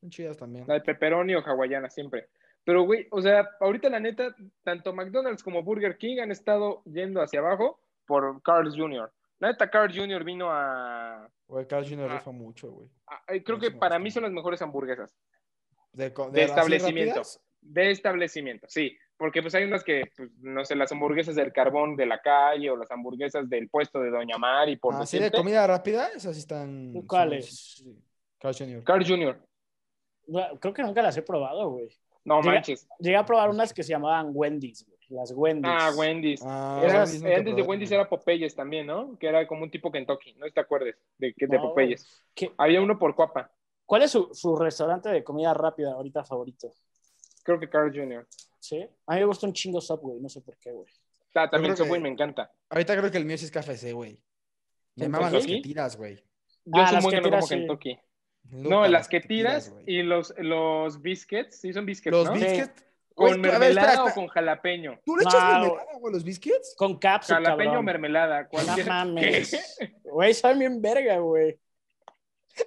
C: Son chidas también.
A: La de pepperoni o hawaiana, siempre. Pero, güey, o sea, ahorita la neta, tanto McDonald's como Burger King han estado yendo hacia abajo por Carl Jr. La neta, Carl Jr. vino a.
C: Güey, Carl Jr.
A: Ah.
C: rifa mucho, güey.
A: a- eh, creo
C: No,
A: que
C: sí me
A: para
C: gusta.
A: mí son las mejores hamburguesas
C: De, co-
A: de
C: así
A: establecimiento.
C: rápidas,
A: De establecimiento, sí. Porque pues hay unas que, pues, no sé, las hamburguesas del carbón de la calle o las hamburguesas del puesto de Doña Mari, por
C: Así ah, de
A: decirte.
C: comida rápida, esas sí están. son-
B: ¿Cuáles?
C: Mm, sí, sí. Carl Jr.
A: Carl Jr.
B: Güey, Creo que nunca las he probado, güey.
A: No
B: Llega-
A: manches.
B: Llegué a probar unas que se llamaban Wendy's, güey. Las Wendy's.
A: Ah, Wendy's.
C: Ah,
A: Era-
C: Wendy's nunca
A: antes de
C: probé,
A: Wendy's
C: güey.
A: era Popeyes también, ¿no? Que era como un tipo Kentucky, no te acuerdes de, que- de
B: No,
A: Popeyes.
B: ¿Qué-
A: Había uno por Cuapa,
B: ¿Cuál es su, su restaurante de comida rápida ahorita favorito?
A: creo que Carl Jr.
B: ¿Sí? A mí me gusta un chingo Subway, no sé por qué, güey.
A: Ah, también
C: creo que- Ah,
A: Subway me encanta.
C: Ahorita creo que el mío sí es KFC, güey. Me
B: ¿Kentucky?
C: maman las que tiras, güey.
A: Yo
B: Ah,
A: soy
B: las
A: muy
B: que
A: que no como
B: tiras, sí.
A: Kentucky. No,
C: Nunca
A: las, que tiras
C: güey.
A: y los, los biscuits, sí son biscuits,
C: Los
A: ¿no?
B: bis-
C: biscuits. güey,
A: Con
C: tú- a ver, espera,
A: mermelada o
C: espera.
A: con jalapeño.
C: ¿Tú le
B: No,
C: echas
B: güey.
C: mermelada, güey, a los biscuits?
B: Con cápsula,
A: Jalapeño o
B: cabrón.
A: mermelada, cualquier.
B: No mames. Güey, saben bien verga, güey.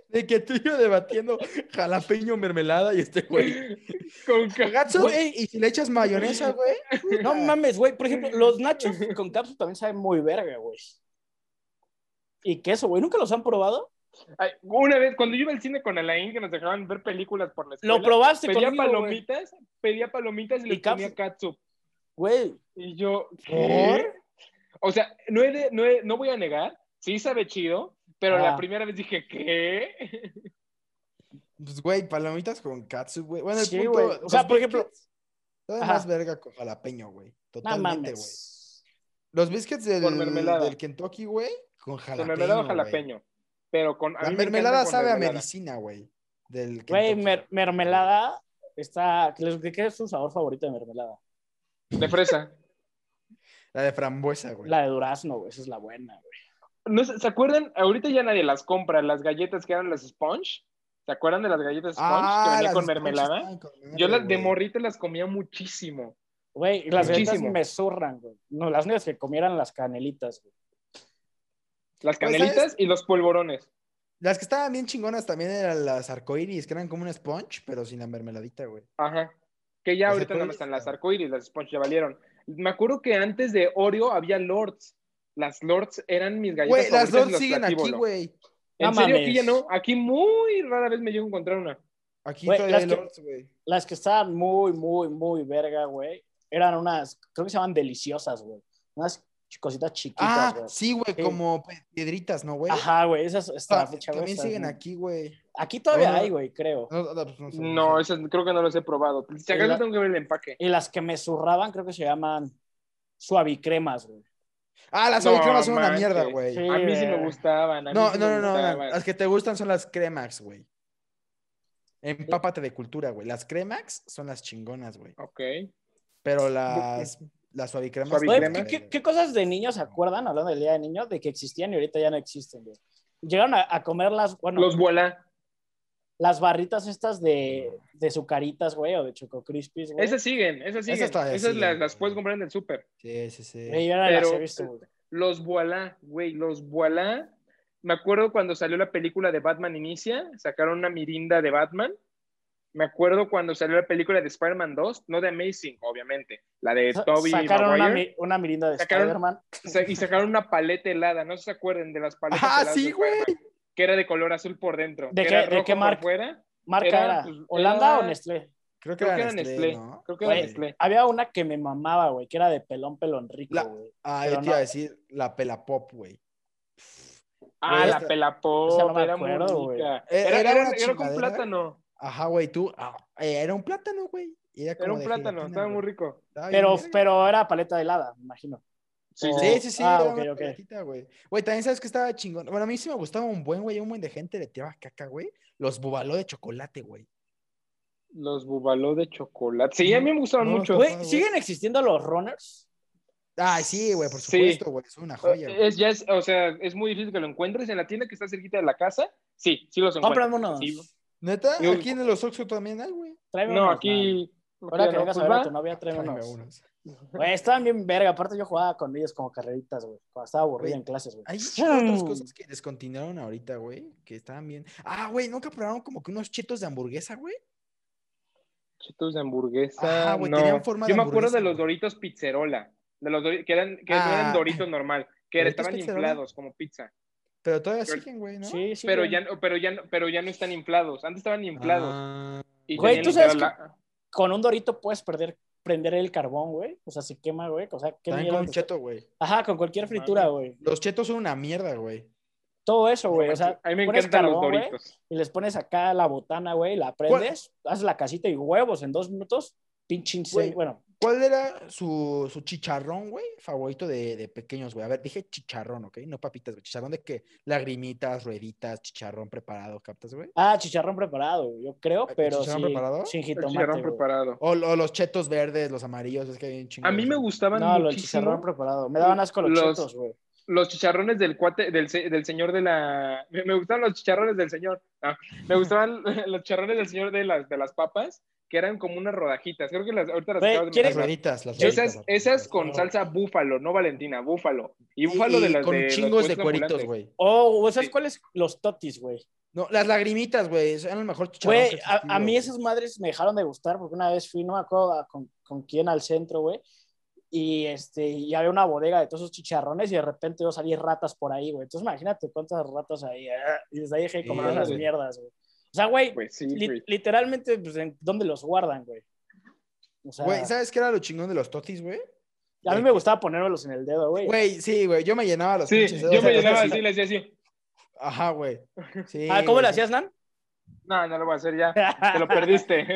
C: De que tú y yo debatiendo jalapeño, mermelada y este güey.
A: Con ca-
C: Gatsu,
B: Güey.
C: güey, y si le echas mayonesa, güey.
B: No mames, güey. Por ejemplo, los nachos con cápsula también saben muy verga, güey. Y queso, güey. ¿Nunca los han probado?
A: Ay, una vez, cuando yo iba al cine con Alain, que nos dejaban ver películas por la escuela,
B: Lo probaste
A: pedía
B: conmigo, güey.
A: palomitas, pedía palomitas y les ponía
B: caps-
A: katsu.
B: güey.
A: Y yo, ¿qué?
C: ¿Por?
A: O sea, no, he de- no, he- no voy a negar, sí sabe chido, pero
B: Ah.
A: la primera vez dije, ¿qué?
C: Pues, güey, palomitas con katsu, güey. Bueno, el
B: Sí,
C: punto.
B: güey. O sea,
C: los
B: por ejemplo-
C: biscuits saben
B: Ajá.
C: más verga con jalapeño, güey.
B: No
C: Totalmente, güey.
B: mames.
C: Los biscuits del,
A: Con mermelada.
C: del Kentucky, güey, con jalapeño.
A: Con mermelada o
C: güey.
A: jalapeño. Pero con. a
C: La
A: mí me
C: mermelada
A: encanta con
C: sabe a
A: mermelada.
C: medicina, güey. Del
B: Güey,
C: Kentucky.
B: mer- mermelada está. ¿les- ¿Qué es tu sabor favorito de mermelada?
A: De fresa.
C: La de frambuesa, güey.
B: La de durazno, güey, esa es la buena, güey.
A: ¿No se, ¿se acuerdan? Ahorita ya nadie las compra, las galletas que eran las sponge. ¿Se acuerdan de las galletas sponge que venía
C: Ah, las
A: con
C: sponges
A: mermelada?
C: estaban con
A: Yo
C: madre,
A: las de
C: güey.
A: morrito las comía muchísimo.
B: Güey, las galletas
A: Muchísimo.
B: me zurran, güey. No, las únicas que comieran las canelitas, güey.
A: Las
C: Pues,
A: canelitas
C: ¿sabes?
A: y los polvorones.
C: Las que estaban bien chingonas también eran las arcoiris, que eran como una sponge, pero sin la mermeladita, güey.
A: Ajá. Que ya
C: Las
A: ahorita nada más
C: arcoíris,
A: están las
C: cabrón.
A: arcoíris, las sponge ya valieron. Me acuerdo que antes de Oreo había Lords. Las Lords eran mis galletas.
C: Güey, las
A: favoritas
C: dos
A: y los
C: siguen aquí,
A: platíbolo.
C: güey.
A: En
B: No
A: serio,
B: mames.
A: aquí ya no. Aquí muy rara vez me llego a encontrar una.
C: Aquí
B: Güey,
C: todavía hay
B: las que-
C: Lords, güey.
B: Las que estaban muy, muy, muy verga, güey. Eran unas, creo que se llaman deliciosas, güey. Unas ch- cositas chiquitas,
C: Ah,
B: güey.
C: sí, güey,
B: Sí.
C: como pe- piedritas, ¿no, güey?
B: Ajá, güey, esas hasta la
C: Ta-
B: fecha, güey,
C: Ah, también
B: esas,
C: siguen
B: güey.
C: aquí, güey.
B: Aquí todavía
C: No, no,
B: hay,
C: no.
B: güey, creo.
C: No, no, pues, no sé,
A: No,
C: sé.
A: esas creo que no las he probado. Si acaso
B: La-
A: tengo que ver el empaque.
B: Y las que me zurraban, creo que se llaman suavicremas, güey.
C: Ah, las
A: No,
C: cremas son una
A: manches.
C: mierda, güey.
B: Sí,
A: A mí sí me
B: güey.
A: gustaban. a mí
C: No,
A: sí me
C: no, no, no, no,
A: gustaban.
C: Las que te gustan son las cremax, güey. Empápate de cultura, güey. Las cremax son las chingonas, güey.
A: Ok.
C: Pero las, las suavicremas.
B: Güey,
A: Suavicremas.
B: ¿qué- qué, qué cosas de niños se acuerdan, hablando del Día de Niños, de que existían y ahorita ya no existen, güey? Llegaron a, a comer las, bueno,
A: Los vuela.
B: las barritas estas de, de sucaritas, güey, o de Choco Crispies, güey.
A: Esas siguen, esas siguen. Esas,
C: todavía siguen,
A: las, las
C: güey.
A: puedes comprar en el súper.
C: Sí, sí, sí.
B: Güey, yo no las
A: pero-
B: he visto, güey.
A: Los Voilà, güey, los Voilà. Me acuerdo cuando salió la película de Batman Inicia, sacaron una mirinda de Batman. Me acuerdo cuando salió la película de Spider-Man 2, no de Amazing, obviamente, la de
B: Sa-
A: Toby
B: sacaron una,
A: Maguire,
B: mi- una mirinda de
A: Sacaron-
B: Spider-Man.
A: sa- y sacaron una paleta helada, no sé si se acuerdan de las paletas
C: Ah,
A: heladas de
C: sí, güey.
A: Spider-Man, que era de color azul por dentro.
B: ¿De
A: que
B: qué-
A: era
B: de
A: rojo
B: qué
A: por
B: marca?
A: fuera.
B: Marca
A: Era,
B: era,
A: pues,
B: Holanda
A: era-
B: o Nestlé.
C: Creo que
A: Creo que
C: eran
A: era Nestlé,
C: ¿no?
A: creo que era
B: Güey.
A: Nestlé.
B: Había una que me mamaba, güey, que era de pelón, pelón rico,
C: La-
B: güey.
C: Ah,
B: Pero
C: yo te iba a
B: no.
C: decir la pela pop, güey.
A: Ah,
C: Güey,
A: la
C: esta-
A: pelapop,
B: esa no me
A: era muy
B: acuerdo, güey.
A: rica.
C: Eh,
A: Era,
C: era
A: era-
C: una
A: era con
C: chingadera.
A: plátano,
C: Ajá, güey, tú. ah, eh, era un plátano, güey. Y Era,
A: era un plátano, estaba muy rico.
C: rico.
B: Pero, pero era paleta helada, me imagino.
A: Sí,
B: O-
C: Sí, sí, sí.
B: Ah,
C: era
B: ok,
C: una
B: ok.
C: paletita, güey. Güey, también sabes que estaba chingón. Bueno, a mí sí me gustaba un buen, güey. Un buen de gente le tiraba caca, güey. Los bubaló de chocolate, güey.
A: Los bubaló de chocolate. Sí, a mí me gustaron
C: No,
A: mucho.
C: Güey,
B: Güey, ¿siguen existiendo los runners?
C: Ah, sí, güey, por
A: Sí. Eh,
C: supuesto, güey. Es una joya, güey.
A: Es, ya es, o sea, es muy difícil que lo encuentres en la tienda que está cerquita de la casa. Sí, sí los encuentras.
B: Cómprame unos.
A: Sí.
C: Neta,
A: Yo-
C: aquí en los Oxxo también hay, güey.
B: Tráeme
A: No,
B: unos, man.
A: aquí.
B: Ahora
A: aquí
B: que
A: no,
B: vengas a
A: pues
B: ver a
A: va.
B: tu novia, tráeme
C: Tráeme
B: unos.
C: unos.
B: Güey, estaban bien verga. Aparte, yo jugaba con ellos como carreritas, güey. Cuando estaba aburrido
C: Güey,
B: en clases, güey.
C: Hay otras cosas que descontinuaron ahorita, güey, que estaban bien. Ah, güey, nunca probaron como que unos chetos de hamburguesa, güey.
A: Chetos de hamburguesa.
C: Ajá, güey,
A: no.
C: tenían forma de
A: Yo me acuerdo
C: hamburguesa,
A: de los
C: güey.
A: Doritos Pizzerola. De los Dori- que eran, que no
C: Ah.
A: eran Doritos normal, que
C: ¿Doritos
A: estaban
C: Pizzerola?
A: inflados como pizza.
C: Pero todavía
A: Pero-
C: siguen, güey, ¿no?
B: Sí, sí.
A: Pero
B: güey.
A: ya, no- pero, ya, no- pero ya no están inflados. Antes estaban inflados.
C: Ah,
A: y
B: Güey,
A: tenían
B: ¿tú sabes
A: literal la-
B: Con un dorito puedes perder, prender el carbón, güey. O sea, se quema, güey. O sea, qué
C: también
B: mierda.
C: con un cheto, güey.
B: Ajá, con cualquier
A: Mames.
B: fritura, güey.
C: Los chetos son una mierda, güey.
B: Todo eso, güey. O
A: manches,
B: sea,
A: Ah, a mí me
B: pones
A: encantan los
B: carbón, güey,
A: Doritos.
B: y les pones acá la botana, güey. La prendes, haces la casita y huevos en dos minutos. Pinche
C: Güey.
B: incendio. Bueno,
C: ¿Cuál era su, su chicharrón, güey? Favorito de, de pequeños, güey. A ver, dije chicharrón, ¿ok? No papitas, güey. Chicharrón de que lagrimitas, rueditas, chicharrón preparado, ¿captas, güey?
B: ah, chicharrón preparado, güey, yo creo,
C: Ah,
B: pero
C: ¿chicharrón
B: sí,
C: preparado?
B: sin
A: el
B: jitomate.
A: chicharrón
B: güey.
A: preparado.
C: O, o los chetos verdes, los amarillos, es que hay un chingo
A: A
C: de
A: mí me
C: esos.
A: gustaban
B: No, lo del chicharrón
A: muchísimo
B: preparado. Me daban asco los,
A: Los-
B: chetos, güey.
A: los chicharrones del cuate, del, se- del señor de la. Me, me gustaban los chicharrones del señor. Ah, me gustaban los chicharrones del señor de las, de las papas, que eran como unas rodajitas. Creo que las, ahorita las
B: Güey,
A: acabas de
B: ¿quieres-
A: mencionar.
C: Las rueditas, las rueditas.
A: Esas,
C: las
A: esas
C: rueditas.
A: con
B: No.
A: salsa búfalo, no Valentina, búfalo. Y
C: Y-
A: búfalo de
C: y
A: las
C: con
A: de los
C: chingos de
A: puestos
C: cueritos,
A: ambulantes.
C: güey.
B: Oh, ¿sabes
A: Sí.
B: cuáles? Los totis, güey.
C: No, las lagrimitas, güey. Eran el mejor chicharrón.
B: Güey,
C: que ha
B: a, a
C: existido,
B: mí
C: güey.
B: esas madres me dejaron de gustar porque una vez fui, no me acuerdo a- con, con quién al centro, güey. Y, este, y había una bodega de todos esos chicharrones y de repente yo salí ratas por ahí, güey. Entonces imagínate cuántas ratas ahí. ah, Y desde ahí dejé de comer
C: Sí,
B: esas
A: güey.
B: mierdas, güey. O sea, güey,
A: Pues sí,
B: li-
A: güey.
B: literalmente, pues, ¿en ¿dónde los guardan, güey? O sea,
C: Güey, ¿sabes qué era lo chingón de los totis, güey?
B: a mí me gustaba ponérmelos en el dedo, güey.
C: Güey, sí, güey. Yo me llenaba los
A: Sí,
C: pinches dedos
A: yo me
C: de los
A: llenaba
C: totis.
A: así, le decía así.
C: Ajá, güey. Sí,
B: Ah, ¿Cómo
C: güey,
B: lo
C: sí.
B: hacías, Nan?
A: No, no lo voy a hacer ya. Te lo perdiste.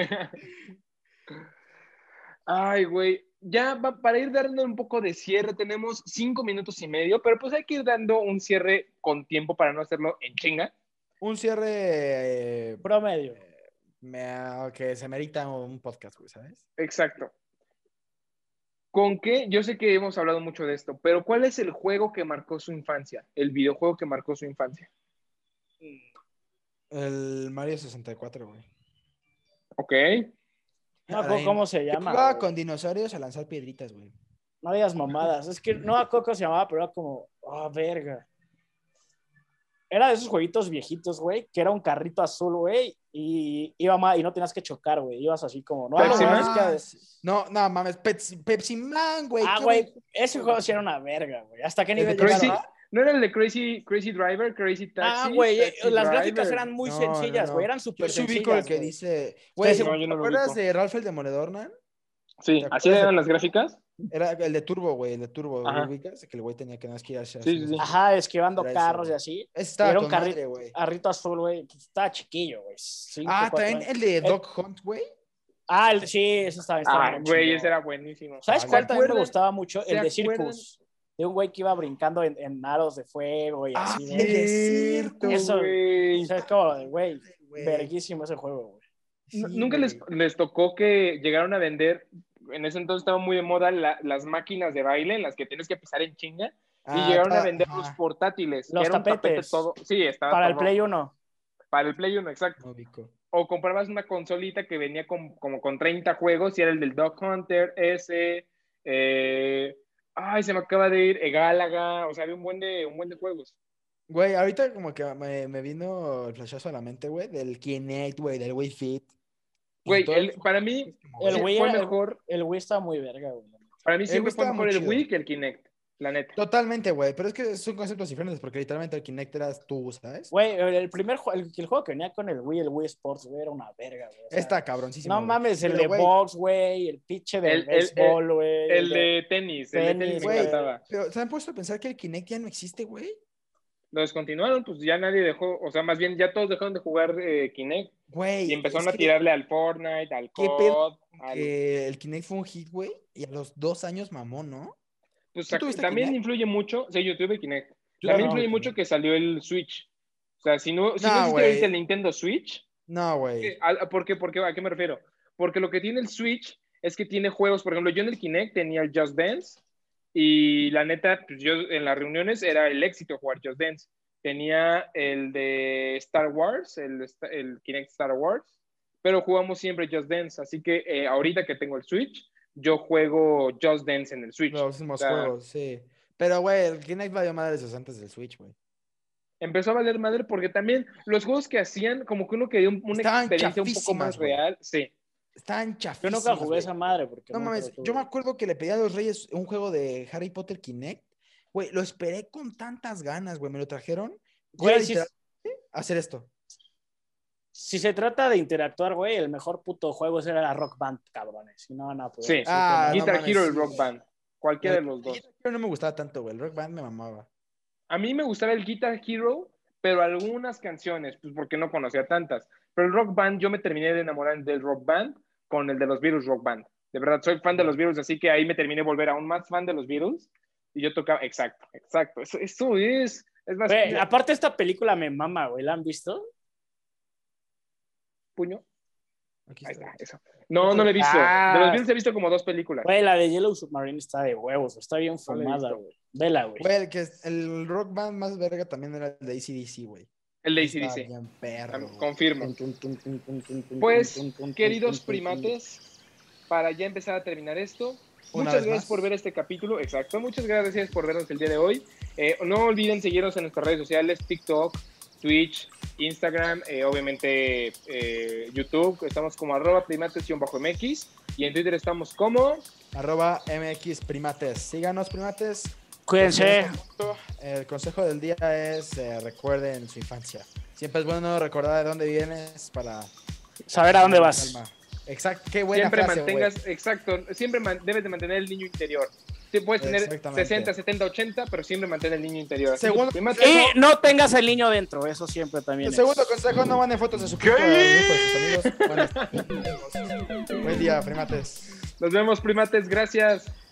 A: Ay, güey. ya va- para ir dando un poco de cierre, tenemos cinco minutos y medio, pero pues hay que ir dando un cierre con tiempo para no hacerlo en chinga.
C: Un cierre eh,
B: Promedio.
C: me- que se merita un podcast, güey, ¿sabes?
A: Exacto. ¿Con qué? Yo sé que hemos hablado mucho de esto, pero ¿cuál es el juego que marcó su infancia? El videojuego que marcó su infancia.
C: El Mario 64, güey.
A: Ok.
B: No me acuerdo
C: Ay,
B: cómo se
C: Yo
B: llama.
C: jugaba
B: güey.
C: con dinosaurios a lanzar piedritas, güey.
B: No digas mamadas. Es que no a Coco se llamaba, pero era como, ah, verga. Era de esos jueguitos viejitos, güey, que era un carrito azul, güey, y iba ma- y no tenías que chocar, güey. Ibas así como, no,
A: Pepsi
B: no,
A: Man?
B: es que-
C: No, no mames, Pepsi, Pepsi Man, güey.
B: Ah,
C: qué
B: güey, ese juego sí era una verga, güey. ¿Hasta qué nivel
C: Pero
A: Crazy,
B: llegaron? ah?
C: sí-
A: ¿No era el de Crazy, Crazy Driver, Crazy Taxi?
B: Ah, güey, eh,
A: Taxi
B: las
A: Driver?
B: gráficas eran muy
C: No,
B: sencillas,
C: no, no.
B: güey. Eran súper
C: Yo sí ubico el
B: pues sencillas.
C: que
B: güey.
C: dice. Güey,
A: sí,
C: ¿te
A: no, yo no lo
C: acuerdas
A: ubico.
C: de Ralph el Demoledor, Nan?
A: Sí,
C: ¿Te
A: ¿así
C: acuerdas?
A: eran las gráficas?
C: Era el de Turbo, güey, el de Turbo, ¿lo
A: Ajá.
C: ubicas? Que el güey tenía que nada más que ir hacia.
A: Sí, sí, sí.
B: Ajá, esquivando
C: Era ese,
B: carros y
C: güey.
B: así.
C: Ese estaba
B: Era un
C: con madre,
B: carril-
C: güey.
B: Arrito azul, güey. que Estaba chiquillo, güey. Cinco,
C: Ah,
B: cuatro
C: también
B: años. Eh,
C: el de Doc Hunt, güey.
B: Ah, el- sí, ese estaba. estaba
A: Ah,
B: bien
A: güey,
B: chido.
A: ese era buenísimo.
B: ¿Sabes
C: Ah,
B: cuál
C: ¿se
B: también me
A: acuerdan?
B: gustaba mucho?
A: ¿Se
B: El de
A: acuerdan?
B: Circus. De un güey que iba brincando en, en aros de fuego y
C: Ah,
B: así,
C: sí,
B: güey.
C: cierto,
B: Eso,
A: güey.
B: O sea, es como de, güey,
C: güey.
B: verguísimo ese juego, güey.
C: Sí,
A: Nunca les,
C: güey.
A: les tocó que llegaron a vender, en ese entonces estaba muy de moda la- las máquinas de baile en las que tienes que pisar en chinga,
C: Ah,
A: y llegaron a
C: ta-
A: vender los
C: ajá,
A: portátiles. que
B: Los
A: era un tapete
B: tapetes.
A: todo. Sí, estaba
B: Para el
A: todo-
B: Play 1.
A: Para el Play 1, exacto.
C: no ubico.
A: O comprabas una consolita que venía con, como con 30 juegos, y era el del Dog Hunter, ese, eh, ay, se me acaba de ir, Egálaga, o sea, había un buen de, un buen de juegos.
C: Güey, ahorita como que me, me vino el flashazo a la mente, güey, del Kinect, güey, del Wii Fit.
A: Güey,
C: Entonces,
A: el- para mí,
C: como,
B: El
A: sí,
B: Wii,
A: fue
B: era-
A: mejor,
B: El Wii estaba muy verga, güey.
A: para mí siempre
C: Wii
A: fue
C: Eh, estaba
A: mejor
C: muy
A: el
C: chido.
A: Wii que el Kinect, la neta.
C: Totalmente, güey, pero es que son conceptos diferentes porque literalmente el Kinect eras tú, ¿sabes?
B: Güey, el el primer ju- el, el juego que venía con el Wii, el Wii Sports, güey, era una verga, güey. O sea,
C: Está cabroncísimo.
B: No
C: güey.
B: mames, el
C: Pero,
B: de
C: güey,
B: box, güey, el pinche del
A: El- el-
B: béisbol, güey.
A: El de tenis, el de
B: Tenis,
A: tenis me
C: güey.
A: encantaba.
C: Pero ¿se han puesto a pensar que el Kinect ya no existe, güey?
A: Lo descontinuaron, pues ya nadie dejó, o sea, más bien ya todos dejaron de jugar eh, Kinect
C: Güey.
A: y empezaron
C: es
A: a
C: que-
A: tirarle al Fortnite, al
C: ¿Qué pedo
A: COD, al-
C: que el Kinect fue un hit, güey, y a los dos años mamó, ¿no?
A: pues,
C: ¿tú
A: ac-
C: tuviste
A: también
C: Kinect?
A: influye mucho, sí, yo tuve Kinect.
C: Yo
A: también
C: no,
A: influye
C: güey.
A: mucho que salió el Switch. O sea, si no, si no,
C: No,
A: existe
C: güey.
A: ahorita el Nintendo Switch,
C: No,
A: ¿qué-
C: güey.
A: a- ¿por qué? ¿Por qué? ¿A qué me refiero? Porque lo que tiene el Switch es que tiene juegos, por ejemplo, yo en el Kinect tenía el Just Dance y la neta, pues yo en las reuniones era el éxito jugar Just Dance. Tenía el de Star Wars, el, de Sta- el Kinect Star Wars, pero jugamos siempre Just Dance, así que eh, ahorita que tengo el Switch, yo juego Just Dance en el Switch.
C: Los mismos
A: o sea-
C: juegos, sí. Pero, güey, el Kinect valió madre esos antes del Switch, güey.
A: empezó a valer madre porque también los juegos que hacían, como que uno quería un- una
C: Estaban
A: experiencia un poco más
C: chafísimas, güey.
A: real. Sí.
C: Estaban
B: Yo
C: chafísimos.
B: nunca jugué
C: güey.
B: esa madre porque
C: No
B: nunca
C: mames,
B: lo
C: yo me
B: tuve.
C: acuerdo que le pedí a los Reyes un juego de Harry Potter Kinect. Güey, lo esperé con tantas ganas, güey. Me lo trajeron. Yo
B: Güey,
C: era
B: sí-
C: literalmente hacer esto.
B: Si se trata de interactuar, güey, el mejor puto juego era la Rock Band, cabrones. Si no, no, pues.
A: Sí.
C: Ah, no
A: Guitar
C: mames, Eh,
A: Hero y
C: sí.
A: Rock Band. Cualquiera de los dos.
C: Pero no me gustaba tanto, güey. El Rock Band me mamaba.
A: A mí me gustaba el Guitar Hero, pero algunas canciones, pues porque no conocía tantas. Pero el Rock Band, yo me terminé de enamorar del Rock Band con el de los Beatles Rock Band. De verdad, soy fan de los Beatles, así que ahí me terminé de volver aún más fan de los Beatles. Y yo tocaba, exacto, exacto. Eso, eso es. Es más,
B: Güey, aparte, esta película me mama, güey. ¿La han visto?
A: puño.
C: Aquí
A: Ahí
C: está.
A: está, eso. No, no lo he visto. De los
B: Ah.
A: Beatles he visto como dos películas.
B: Güey, la de Yellow Submarine está de huevos. Está bien
A: No la he
B: fumada,
A: visto.
B: güey. Vela, güey.
A: Pues
C: Güey, el, que es- el Rock Band más verga también era el de ACDC, güey.
A: El de
C: Estaba
A: ACDC.
C: bien perro, güey.
A: Ah, Confirmo. Pues,
B: Pues,
A: Queridos primates, para ya empezar a terminar esto,
C: Una
A: muchas
C: vez
A: gracias
C: más.
A: por ver este capítulo, exacto, muchas gracias por vernos el día de hoy. Eh, no olviden seguirnos en nuestras redes sociales, TikTok, Twitch, Instagram, eh, obviamente eh, YouTube, estamos como arroba primates-mx y en Twitter estamos como...
C: Arroba MX Primates. Síganos, primates.
B: Cuídense.
C: El consejo del día es eh, recuerden su infancia. Siempre es bueno recordar de dónde vienes para.
B: Saber a dónde vas.
C: Calma. Exacto. Qué buena
A: Siempre
C: frase, güey.
A: mantengas, exacto, siempre man- debes de mantener el niño interior. Sí, puedes tener
C: Exactamente.
A: 60, 70, 80, pero siempre mantén el niño interior. Así que,
C: Segundo- ¿Eh?
A: primates,
B: Y no tengas el niño dentro, eso siempre también.
C: El
B: es.
C: segundo consejo: no manden fotos de su pito al grupo de sus amigos. Buenas- Buen día, primates.
A: Nos vemos, primates. Gracias.